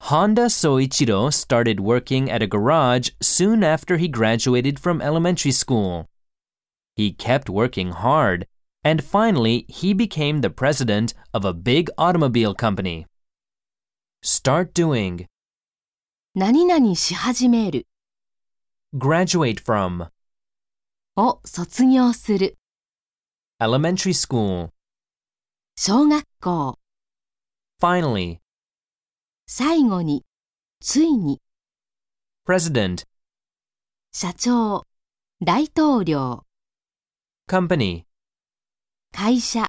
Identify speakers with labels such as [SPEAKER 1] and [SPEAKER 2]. [SPEAKER 1] Honda Soichiro started working at a garage soon after he graduated from elementary school. He kept working hard, and finally, he became the president of a big automobile company. Start doing,
[SPEAKER 2] 何々し始める
[SPEAKER 1] graduate from,
[SPEAKER 2] を卒業する
[SPEAKER 1] elementary school,
[SPEAKER 2] 小学校
[SPEAKER 1] finally,
[SPEAKER 2] 最後についに
[SPEAKER 1] president,
[SPEAKER 2] 社長大統領
[SPEAKER 1] company.
[SPEAKER 2] 会社